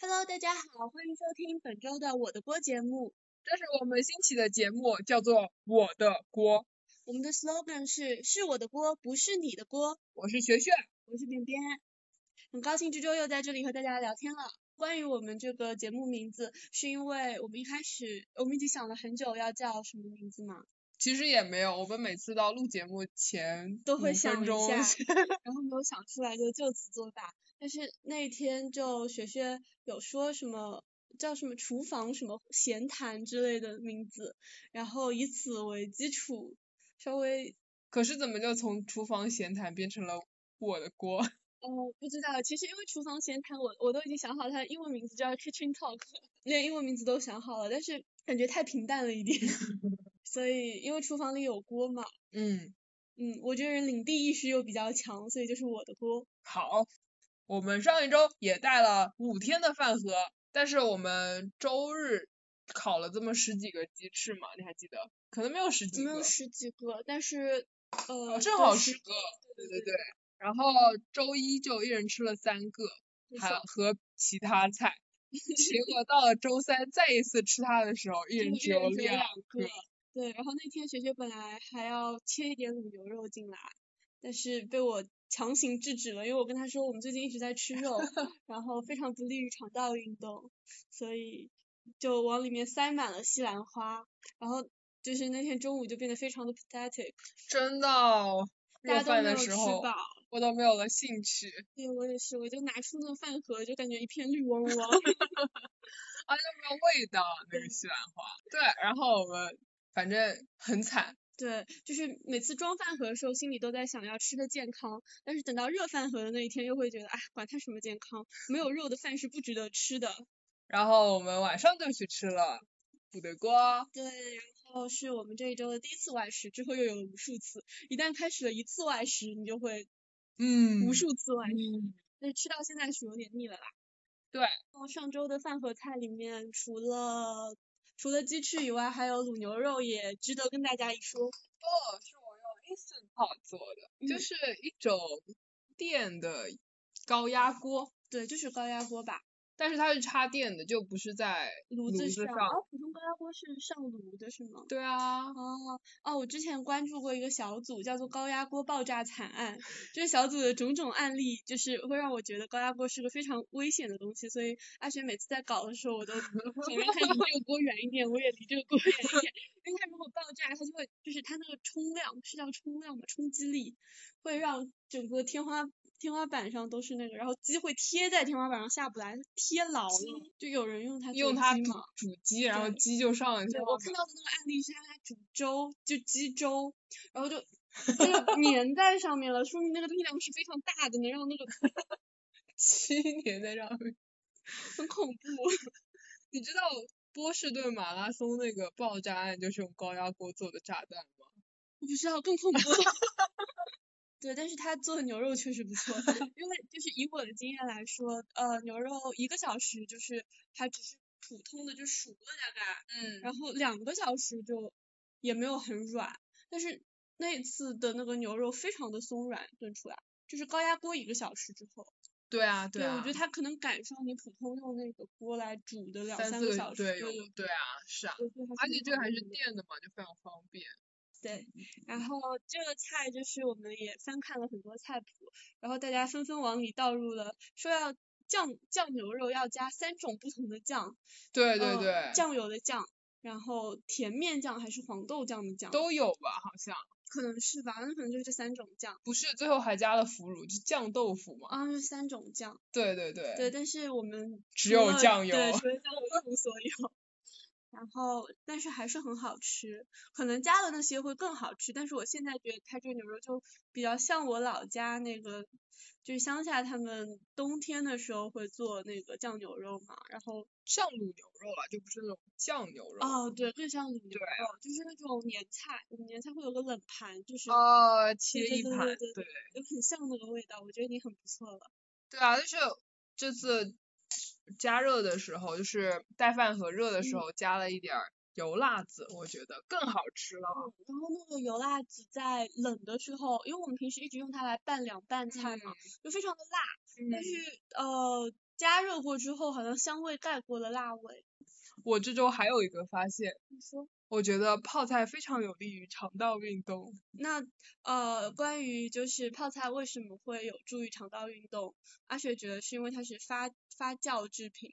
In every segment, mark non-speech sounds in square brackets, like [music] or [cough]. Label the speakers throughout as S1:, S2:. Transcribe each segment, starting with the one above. S1: Hello，大家好，欢迎收听本周的我的播节目。
S2: 这是我们新起的节目，叫做《我的锅》。
S1: 我们的 slogan 是“是我的锅，不是你的锅
S2: 我是学学，”。
S1: 我是边边，很高兴这周又在这里和大家聊天了。关于我们这个节目名字，是因为我们一开始我们已经想了很久要叫什么名字嘛，
S2: 其实也没有，我们每次到录节目前
S1: 都会
S2: 5
S1: 想一
S2: 分钟 [laughs]
S1: 下然后没有想出来就就此作罢。但是那天就雪雪有说什么叫什么厨房什么闲谈之类的名字，然后以此为基础，稍微
S2: 可是怎么就从厨房闲谈变成了我的锅？
S1: 哦不知道，其实因为厨房闲谈我我都已经想好它的英文名字叫 Kitchen Talk，连 [laughs] 英文名字都想好了，但是感觉太平淡了一
S2: [laughs]
S1: 点，所以因为厨房里有锅嘛，
S2: 嗯，
S1: [laughs] 嗯，我这个人领地意识又比较强，所以就是我的锅。
S2: 好，我们上一周也带了五天的饭盒，但是我们周日烤了这么十几个鸡翅嘛，你还记得？可能没有十几
S1: 没
S2: 个
S1: 有，十几个，但是呃，
S2: 哦，正
S1: 对
S2: 好
S1: 十
S2: 十个，对对对。然后周一就一人吃了三个，
S1: 没
S2: 还
S1: 错
S2: 有和其他菜。 [laughs] 结果到了周三再一次吃它的时候，一
S1: 就
S2: 人
S1: 一
S2: 只有
S1: 只有
S2: 两
S1: 个
S2: 个。
S1: 对，然后那天雪雪本来还要切一点卤牛肉进来，但是被我强行制止了，因为我跟她说我们最近一直在吃
S2: [laughs]
S1: 肉，然后非常不利于肠道运动，所以就往里面塞满了西兰花，然后就是那天中午就变得非常的 pathetic，
S2: 真的哦，
S1: 大家
S2: 热
S1: 都
S2: 饭
S1: 没
S2: 的
S1: 有
S2: 时
S1: 吃
S2: 候
S1: 饱。
S2: 我都没有了兴趣，
S1: 对我也是，我就拿出那个饭盒，就感觉一片绿汪汪。
S2: 啊，就没有味道那
S1: 对
S2: 个西兰花。对，然后我们反正很惨，
S1: 对，就是每次装饭盒的时候，心里都在想要吃的健康，但是等到热饭盒的那一天，又会觉得，哎，管它什么健康，没有肉的饭是不值得吃的。
S2: 然后我们晚上就去吃了部队锅。
S1: 对，然后是我们这一周的第一次外食，之后又有了无数次。一旦开始了一次外食，你就会
S2: 嗯，
S1: 无数次外食，
S2: 嗯，
S1: 但是吃到现在是有点腻了啦。
S2: 对
S1: 然后上周的饭盒菜里面，除了除了鸡翅以外，还有卤牛肉，也值得跟大家一说。
S2: 哦，是我用 instant pot 做的，
S1: 嗯
S2: 就是一种电的高压锅，
S1: 对，就是高压锅吧。
S2: 但是它是插电的，就不是在
S1: 炉
S2: 炉
S1: 子
S2: 子
S1: 上，
S2: 上。
S1: 哦，普通高压锅是上炉的是吗？
S2: 对啊，
S1: 哦哦，我之前关注过一个小组，叫做“高压锅爆炸惨案”。这个小组的种种案例，就是会让我觉得高压锅是个非常危险的东西。所以阿璇每次在搞的时候，我都想
S2: [laughs]
S1: 让他离这个锅远一点，我也离这个锅远一点。因为它如果爆炸，它就会就是它那个冲量是叫冲量嘛，冲击力会让整个天花天花板上都是那个，然后鸡会贴在天花板上下不来，贴牢了。就有人用它做
S2: 用它
S1: 鸡
S2: 煮
S1: 嘛
S2: 煮鸡，然后
S1: 对
S2: 鸡就上了
S1: 对，啊
S2: 天
S1: 我
S2: 花
S1: 看
S2: 板。
S1: 到的那个案例是他煮粥，就鸡粥，然 [laughs] 后就就粘在上面了，说明那个力量是非常大的，能让那个
S2: [laughs] 七年在上面。
S1: [laughs] 很恐怖。
S2: 你知道波士顿马拉松那个爆炸案就是用高压锅做的炸弹吗？
S1: 我不知道，更恐怖了。 [laughs] 对，但是他做的牛肉确实不 [laughs] 错，因为就是以我的经验来说，呃，牛肉一个小时就是还只是普通的就熟了大概，
S2: 嗯，
S1: 然后两个小时就也没有很软，但是那次的那个牛肉非常的松软，炖出来就是高压锅一个小时之后。
S2: 对啊，
S1: 对，
S2: 啊，
S1: 我觉得它可能赶上你普通用那个锅来煮的两
S2: 三
S1: 三
S2: 四
S1: 个小时，
S2: 对
S1: 对
S2: 有对啊，是啊，
S1: 对对，
S2: 而且这个还是
S1: 蛮好用的
S2: 电的嘛，就非常方便。
S1: 嗯对。然后这个菜就是我们也翻看了很多菜谱，然后大家纷纷往里倒入了说要酱酱牛肉要加三种不同的酱，
S2: 对对
S1: 呃
S2: 对，
S1: 酱油的酱，然后甜面酱还是黄豆酱的酱，
S2: 都有吧，好像
S1: 可能是吧，那可能就是这三种酱
S2: 不是，最后还加了腐乳，就酱豆腐嘛。
S1: 啊，这三种酱。
S2: 对对对，
S1: 对，但是我们
S2: 只
S1: 除
S2: 有
S1: 了
S2: 酱
S1: 对，
S2: 油
S1: 除了酱油一无所有。然后，但是还是很好吃，可能加了那些会更好吃。但是我现在觉得它这个牛肉就比较像我老家那个，就是乡下他们冬天的时候会做那个酱牛肉嘛。然后，
S2: 像卤牛肉了，就不是那种酱牛肉。
S1: 哦，对，更像卤牛肉，就是那种年菜，我们年菜会有个冷盘，就是
S2: 哦，切
S1: 对
S2: 一
S1: 对
S2: 盘，
S1: 对对对就很像那个味道，我觉得已经很不错了。
S2: 对啊，就是这次加热的时候，就是带饭盒热的时
S1: 嗯
S2: 候加了一点儿油辣子，我觉得更好吃了。
S1: 然后那个油辣子在冷的时
S2: 嗯
S1: 候，因为我们平时一直用它来拌凉拌菜嘛，就非常的辣。但是呃，加热过之后，好像香味盖过了辣味。
S2: 我这周还有一个发现，
S1: 你说，
S2: 我觉得泡菜非常有利于肠道运动。
S1: 那呃，关于就是泡菜为什么会有助于肠道运动，阿雪觉得是因为它是发发酵制品，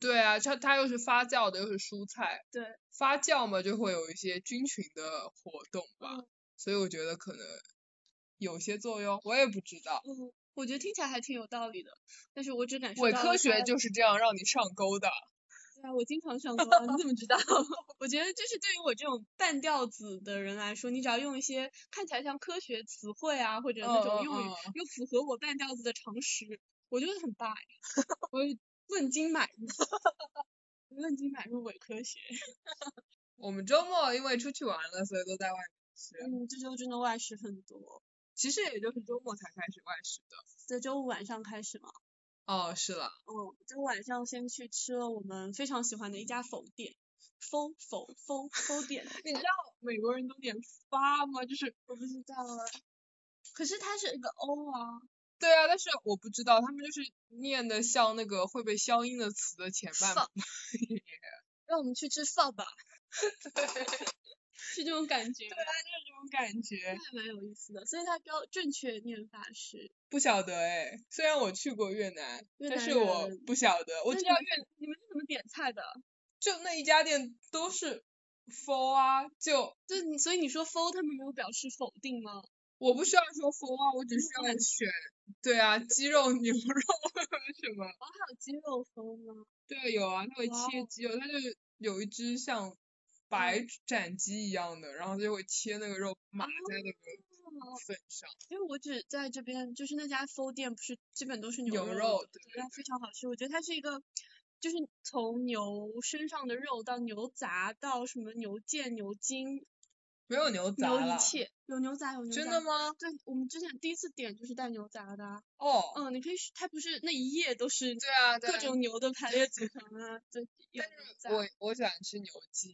S2: 对啊，它它又是发酵的，又是蔬菜，
S1: 对，
S2: 发酵嘛就会有一些菌群的活动吧，
S1: 嗯
S2: 所以我觉得可能有些作用，我也不知道。
S1: 嗯，我觉得听起来还挺有道理的，但是我只感受
S2: 伪
S1: 到
S2: 科
S1: 了
S2: 学
S1: 它
S2: 就是这样让你上钩的。
S1: 对啊，我经常上钩啊，你怎么知道？ [laughs] 我觉得就是对于我这种半吊子的人来说，你只要用一些看起来像科学词汇啊，或者那
S2: 嗯
S1: 种
S2: 嗯
S1: 用语，
S2: 嗯
S1: 又符合我半吊子的常识，我就会很 buy，我会论斤买入， [laughs] 论斤买入伪科学。
S2: 我们周末因为出去玩了，所以都在外面吃。
S1: 嗯，这周真的外食很多，
S2: 其实也就是周末才开始外食的。
S1: 在周五晚上开始嘛，
S2: 哦，是了，
S1: 嗯，周五晚上先去吃了我们非常喜欢的一家否店，否否否否店。 [laughs]
S2: 你知道美国人都点发吗？就是
S1: 我不知道哎，可是它是一个 O 啊，
S2: 对啊，但是我不知道他们就是念的像那个会被消音的词的前半
S1: 放
S2: 部。
S1: 让我们去吃饭吧， [laughs] 是这种感觉吧，
S2: 这种感觉
S1: 还蛮有意思的。所以它标正确念法是
S2: 不晓得哎，虽然我去过越南，
S1: 越
S2: 但
S1: 南
S2: 是我
S1: 人
S2: 不晓得，我
S1: 那
S2: 知
S1: 你
S2: 道
S1: 们
S2: 越
S1: 你们是怎么点菜的？
S2: 就那一家店都是 for 啊，就
S1: 就是你，所以你说 “fo” 他们没有表示否定吗？
S2: 我不需要说 for 啊，我只需
S1: 肉
S2: 要选对啊，鸡肉、牛肉 [laughs] 什么。
S1: 哦，还有鸡肉 “fo” 吗？
S2: 对，有啊，它会
S1: 哇
S2: 切
S1: 哦嗯
S2: 鸡肉，它就是有一只像白斩鸡一样的，然后它就会切那个肉码在那个
S1: 哦
S2: 粉上。
S1: 因为我只在这边，就是那家 f o 店不是基本都是牛
S2: 牛
S1: 肉
S2: 肉
S1: 的对，那非常好吃。我觉得它是一个，就是从牛身上的肉到牛杂到什么牛腱、牛筋、
S2: 没有牛杂
S1: 牛一
S2: 了，
S1: 切，有牛杂有牛杂。
S2: 真的？吗？
S1: 对，我们之前第一次点就是带牛杂的啊。
S2: 哦，
S1: 嗯，你可以去，它不是那一页都是
S2: 对啊，对
S1: 各
S2: 啊
S1: 种牛的排列组成啊，对，有牛杂。
S2: 我我喜欢吃牛筋，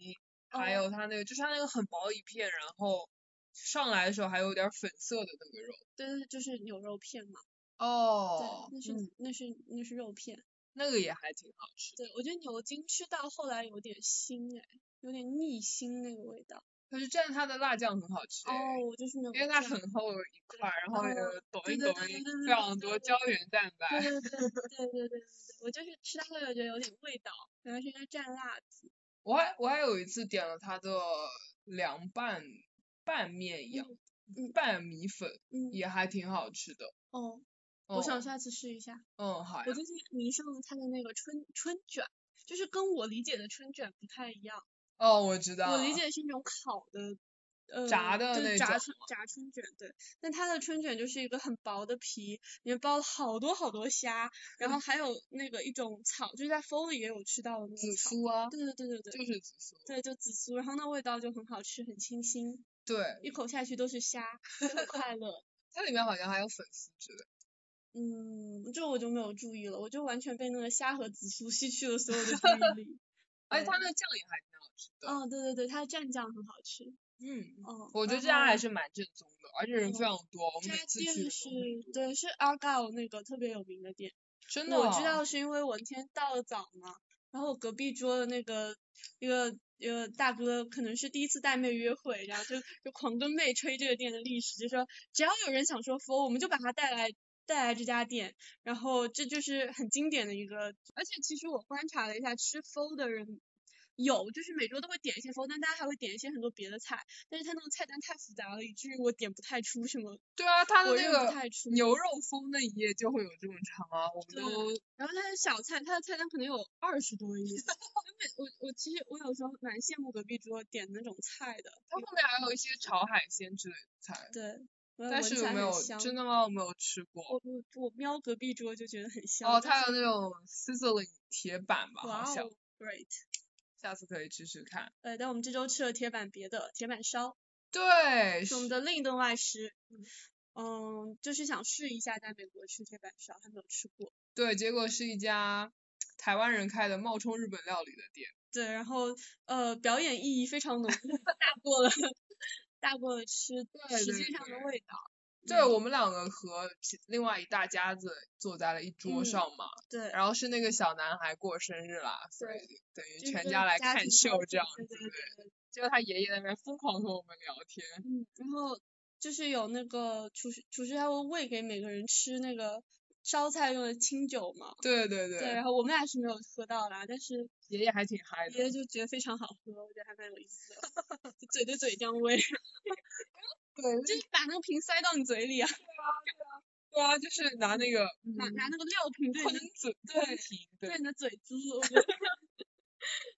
S2: 还
S1: 哦
S2: 有它那个就是它那个很薄一片，然后上来的时候还有点儿粉色的那个肉。
S1: 对对，对就是牛肉片嘛。
S2: 哦
S1: 对，，那是、
S2: 嗯，
S1: 那是那是肉片。
S2: 那个也还挺好吃，
S1: 对，我觉得牛筋吃到后来有点腥哎，有点腻腥那个味道。
S2: 可是蘸它的辣酱很好吃
S1: 哦
S2: 诶，，
S1: 我就是没有
S2: 因为
S1: 这
S2: 它
S1: 样。
S2: 很厚一块儿，然后
S1: 哦
S2: 有抖
S1: 对
S2: 音
S1: 对
S2: 抖
S1: 对对
S2: 音
S1: 对对
S2: 非
S1: 对
S2: 常
S1: 对
S2: 多
S1: 对
S2: 胶原蛋
S1: 对
S2: 白。
S1: 对对对对对对，我就是吃到后来觉得有点味道，原来是因为蘸辣子。
S2: 我还我还有一次点了它的凉拌拌面一样
S1: 嗯，
S2: 拌米粉
S1: 嗯，
S2: 也还挺好吃的。
S1: 哦，我想
S2: 嗯
S1: 下次试一下。
S2: 嗯好
S1: 我
S2: 呀，
S1: 最近迷上了它的那个春春卷，就是跟我理解的春卷不太一样。
S2: 哦我知道，
S1: 我理解是那种烤的，呃，
S2: 炸的
S1: 就是
S2: 那
S1: 炸
S2: 种
S1: 春炸春卷，对。但它的春卷就是一个很薄的皮，里面包了好多好多虾，然后还有那个一种草，就是在风里也有吃到的那
S2: 紫
S1: 个草。
S2: 苏啊，
S1: 对对对对对，
S2: 就是紫苏，
S1: 对，就紫苏，然后那味道就很好吃，很清新，
S2: 对，
S1: 一口下去都是虾，就很快乐。
S2: 它里面好像还有粉丝之类的。
S1: 嗯，这我就没有注意了，我就完全被那个虾和紫苏吸去了所有的注意
S2: [laughs]
S1: 力。
S2: 而且它
S1: 对
S2: 那个酱也还挺好吃的。
S1: 哦，对对对，它的蘸酱很好吃。
S2: 嗯，
S1: 哦，
S2: 我觉得
S1: 然
S2: 这家还
S1: 后
S2: 是蛮正宗的，而且人
S1: 嗯
S2: 非常多，我
S1: 这
S2: 们每
S1: 家
S2: 次去人
S1: 店
S2: 都
S1: 是
S2: 很多
S1: 对是 Argyle 那个特别有名的店，
S2: 真的
S1: 我知
S2: 啊
S1: 道是因为我那天到的早嘛，然后我隔壁桌的那个一个一个大哥可能是第一次带妹约会，然后就就狂跟妹吹这个店的历史，就说只要有人想说 f 我们就把他带来。带来这家店，然后这就是很经典的一个，而且其实我观察了一下，吃 f 的人有，就是每桌都会点一些 f 但大家还会点一些很多别的菜，但是他那个菜单太复杂了，以至于我点不太出什么
S2: 对啊，它的
S1: 我
S2: 那
S1: 认不
S2: 个
S1: 太出
S2: 牛肉风那一页就会有这么长啊，我们
S1: 对
S2: 都
S1: 然后它的小菜，它的菜单可能有二十多页。因为 [laughs] 我我其实我有时候蛮羡慕隔壁桌点那种菜的，
S2: 它后面还有一些炒海鲜之类的菜，
S1: 对，我也
S2: 但
S1: 呃闻
S2: 是
S1: 起
S2: 有
S1: 来
S2: 没
S1: 很
S2: 有
S1: 香。
S2: 真的吗？我没有吃
S1: 我
S2: 过。
S1: 我我瞄隔壁桌就觉得很香。
S2: 哦，
S1: 但
S2: 它
S1: 是
S2: 有那种 sizzling 铁板吧，
S1: 哇
S2: 好像
S1: 哦，great！
S2: 下次可以吃吃看。
S1: 呃，但我们这周吃了铁板别的铁板
S2: [laughs]
S1: 烧，
S2: 对，
S1: 是我们
S2: 是
S1: 的另一顿外食。嗯，就是想试一下在美国吃铁板烧，还没有吃过。
S2: 对，结果是一家台湾人开的冒充日本料理的店。
S1: 对，然后呃，表演 [laughs] 意义非常浓，大过了大过了吃
S2: 对
S1: 实
S2: 对
S1: 际上的
S2: 对
S1: 味道。
S2: 对我们两个和其另外一大家子坐在了一桌
S1: 嗯
S2: 上嘛，
S1: 对，
S2: 然后是那个小男孩过生日啦，所以等于
S1: 就是
S2: 全
S1: 跟
S2: 家来看
S1: 庭
S2: 秀
S1: 照
S2: 这样
S1: 对
S2: 子
S1: 对。对对
S2: 结果他爷爷在那边疯狂和我们聊天，
S1: 嗯，然后就是有那个厨师，厨师他会喂给每个人吃那个烧菜用的清酒嘛。
S2: 对对对，
S1: 对，然后我们俩是没有喝到啦，但是
S2: 爷爷还挺嗨
S1: 别
S2: 的
S1: 人。就觉得非常好喝，我觉得还蛮有意思的，
S2: [laughs]
S1: 就嘴对嘴这样喂，
S2: 对
S1: 就是把那个瓶塞到你嘴里啊，
S2: 对啊，就是拿那个
S1: 拿
S2: 嗯
S1: 拿那个料瓶对
S2: 昆
S1: 你的
S2: 子
S1: 对
S2: 昆瓶，对
S1: 对你的嘴滋，我觉得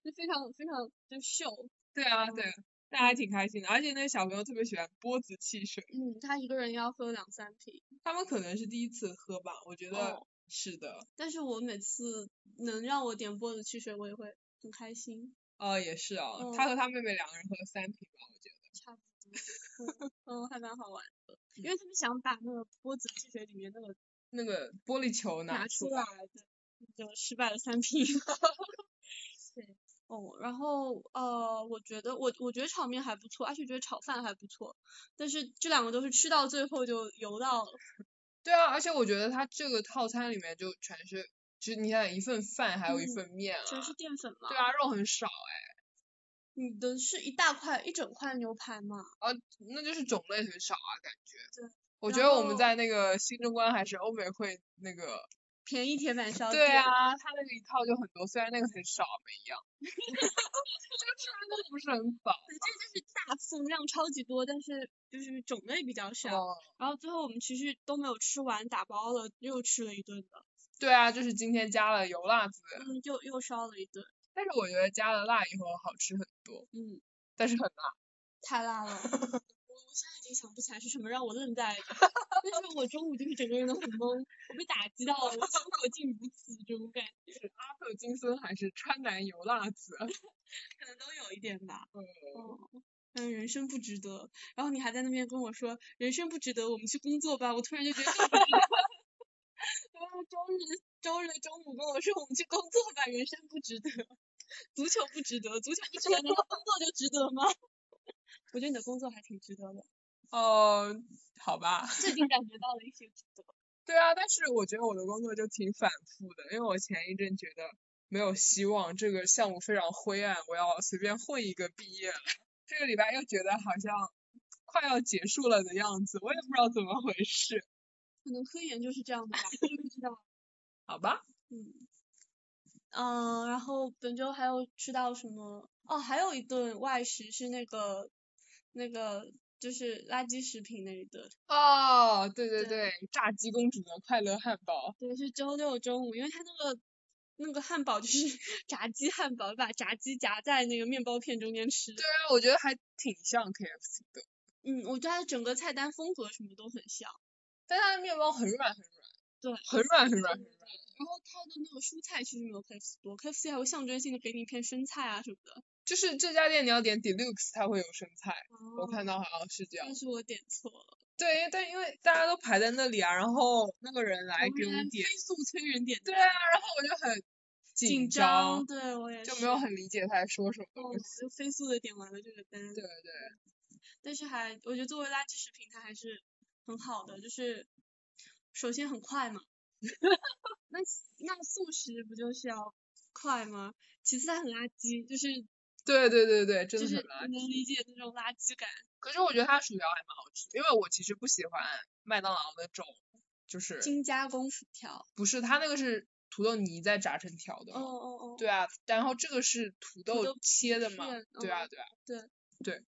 S1: 就非常非常就秀，
S2: 对啊对，那还挺开心的。而且那个小朋友特别喜欢波子汽水，
S1: 嗯，他一个人要喝两三瓶。
S2: 他们可能是第一次喝吧，我觉得
S1: 哦
S2: 是的。
S1: 但是我每次能让我点波子汽水，我也会很开心。
S2: 哦，也是啊，他
S1: 嗯
S2: 和他妹妹两个人喝了三瓶吧，我觉得。
S1: 差不多，嗯，嗯还蛮好玩的，因为他们想把那个波子汽水里面那个
S2: 那个玻璃球拿
S1: 拿
S2: 出
S1: 出
S2: 来
S1: 来，对，就失败了三瓶。 [laughs] 对，哦，然后呃，我觉得我我觉得炒面还不错，而且觉得炒饭还不错，但是这两个都是吃到最后就油到了，
S2: 对啊，而且我觉得它这个套餐里面就全是，就是你想一份饭还有一
S1: 嗯
S2: 份面啊，
S1: 全是淀粉嘛。
S2: 对啊，肉很少，
S1: 你的是一大块一整块牛排嘛？
S2: 那就是种类很少啊，感觉。
S1: 对。
S2: 我觉
S1: 然
S2: 得我们
S1: 后
S2: 在那个新中关还是欧美会那个，
S1: 便宜铁板烧
S2: 对
S1: 店，
S2: 啊，它那个一套就很多，虽然那个很少，没一样， [laughs] 这个吃完都不
S1: 哦
S2: 是很饱。
S1: 对，这就是大份量超级多，但是就是种类比较少。
S2: 哦，
S1: 然后最后我们其实都没有吃完，打包了又吃了一顿的，
S2: 对啊，就是今天加了油辣子，
S1: 嗯，又又烧了一顿，
S2: 但是我觉得加了辣以后好吃很多，
S1: 嗯，
S2: 但是很辣。
S1: 太辣了。我我现在已经想不起来是什么让我愣在，但是我中午就是整个人都很懵，我被打击到了，我生活竟如此这种感觉，
S2: 阿特金森还是川南油辣子， [laughs]
S1: 可能都有一点吧。
S2: 嗯，
S1: 嗯，嗯，人生不值得。然后你还在那边跟我说人生不值得，我们去工作吧。我突然就觉得更不值得 [laughs] 然后周日的周日的中午跟我说我们去工作吧，人生不值得，足球不值得，足球不值得，难道工作就值得吗？ [laughs] 我觉得你的工作还挺值得的，
S2: 哦，好吧，
S1: 最近感觉到了一些值得。
S2: 对啊，但是我觉得我的工作就挺反复的，因为我前一阵觉得没有希望，这个项目非常灰暗，我要随便混一个毕业了。这个礼拜又觉得好像快要结束了的样子，我也不知道怎么回事，
S1: 可能科研就是这样的吧，我也不知道。
S2: 好吧？
S1: 嗯，嗯，然后本周还有吃到什么？哦，还有一顿外食是那个那个就是垃圾食品那一顿，
S2: 哦，对对
S1: 对
S2: 对，炸鸡公主的快乐汉堡，
S1: 对，是周六中午，因为它那个那个汉堡就是 [laughs] 炸鸡汉堡，把炸鸡夹在那个面包片中间吃。
S2: 对啊，我觉得还挺像 KFC 的，
S1: 嗯，我觉得它整个菜单风格什么都很像。
S2: 但它的面包很软很软，
S1: 对，
S2: 很软很软
S1: 对
S2: 很
S1: 对
S2: 软。
S1: 然后它的那个蔬菜其实没有 KFC 多，KFC 还会象征性的给你一片生菜啊什么的。
S2: 就是这家店你要点 deluxe，它会有生菜，我看
S1: 哦，
S2: 到好像是这样
S1: 但。是我点错了，
S2: 对，因为但因为大家都排在那里啊，然后那个人来
S1: 我
S2: 给我
S1: 们
S2: 们点
S1: 飞，速催人点
S2: 对
S1: 单
S2: 啊，然后我就很
S1: 紧
S2: 张，
S1: 对我也
S2: 就是没有很理解他在说什么
S1: 嗯
S2: 东西。
S1: 就飞速的点完了这个单，
S2: 对对，
S1: 但是还我觉得作为垃圾食品，它还是很好的，就是首先很快嘛， [laughs] 那那素食不就是要快吗？其次它很垃圾，就是
S2: 对对对对，真
S1: 就
S2: 的
S1: 是
S2: 很垃圾。
S1: 能理解那种垃圾感，
S2: 可是我觉得他薯条还蛮好吃的，因为我其实不喜欢麦当劳那种，就是
S1: 精加工薯条，
S2: 不是他那个是土豆泥再炸成条的
S1: 哦
S2: 嘛？
S1: 哦哦，
S2: 对啊，然后这个是土豆
S1: 豆
S2: 切的嘛
S1: 片？
S2: 对啊
S1: 嗯
S2: 对啊
S1: 对
S2: 对，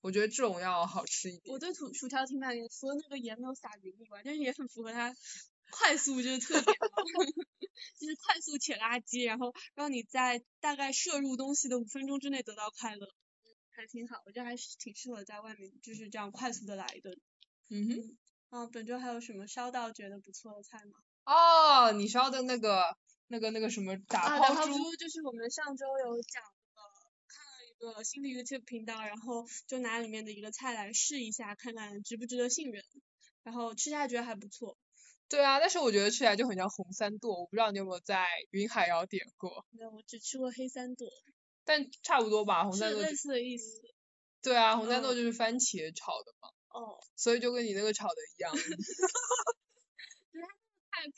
S2: 我觉得这种要好吃一点。
S1: 我对土薯条挺满意的，除了那个盐没有撒匀以外，但是也很符合它快速这个特点嘛， [laughs] 就是快速且垃圾，然后让你在大概摄入东西的五分钟之内得到快乐，嗯还挺好，我觉得还是挺适合在外面就是这样快速的来一顿。
S2: 嗯哼。
S1: 啊，本周还有什么烧到觉得不错的菜吗？
S2: 哦，你烧的那个、那个、那个什么打
S1: 啊，然
S2: 抛
S1: 后
S2: 猪，
S1: 猪就是我们上周有讲的，看了一个新的 YouTube 频道，然后就拿里面的一个菜来试一下，看看值不值得信任，然后吃下来觉得还不错。
S2: 对啊，但是我觉得吃起来就很像红三剁，我不知道你有没有在云海肴点过，
S1: 那我只吃过黑三朵，
S2: 但差不多吧，红
S1: 是
S2: 三剁就
S1: 类似的意思。
S2: 对啊，红
S1: 嗯
S2: 三剁就是番茄炒的嘛，
S1: 哦哦，
S2: 所以就跟你那个炒的一样，
S1: 菜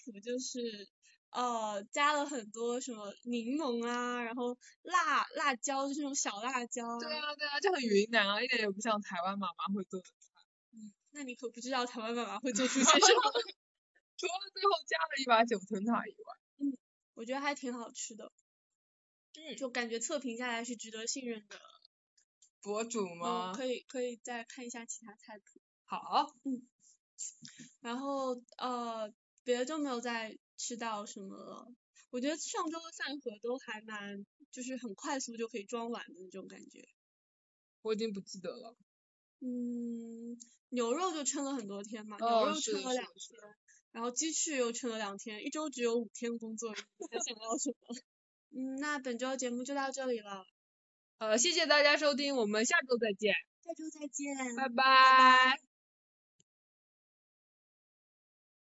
S1: 谱就是呃加了很多什么柠檬啊，然后辣辣椒就是那种小辣椒啊。
S2: 对啊对啊，就很云南啊，一点也不像台湾妈妈会做的。
S1: 那你可不知道台湾妈妈会做
S2: [laughs]
S1: 出些什么，
S2: 除了最后加了一把九层塔以外，
S1: 我觉得还挺好吃的。
S2: [laughs] 嗯
S1: 就感觉测评下来是值得信任的。
S2: 博主
S1: 嗯，
S2: 吗？
S1: 可以可以再看一下其他菜谱，
S2: 好，
S1: 然后呃别的就没有再吃到什么了。我觉得上周的饭盒都还蛮，就是很快速就可以装完的那种感觉。
S2: 我已经不记得了。
S1: 嗯，牛肉就撑了很多天嘛，
S2: 哦
S1: 牛肉
S2: 是
S1: 撑
S2: 的
S1: 了
S2: 是
S1: 两
S2: 的是
S1: 天，然后鸡翅又撑了两天，一周只有五天工作日，你还想要什么？ [laughs] 嗯，那本周节目就到这里了，
S2: 呃，谢谢大家收听，我们下周再见，
S1: 下周再见。
S2: 拜
S1: 拜
S2: 拜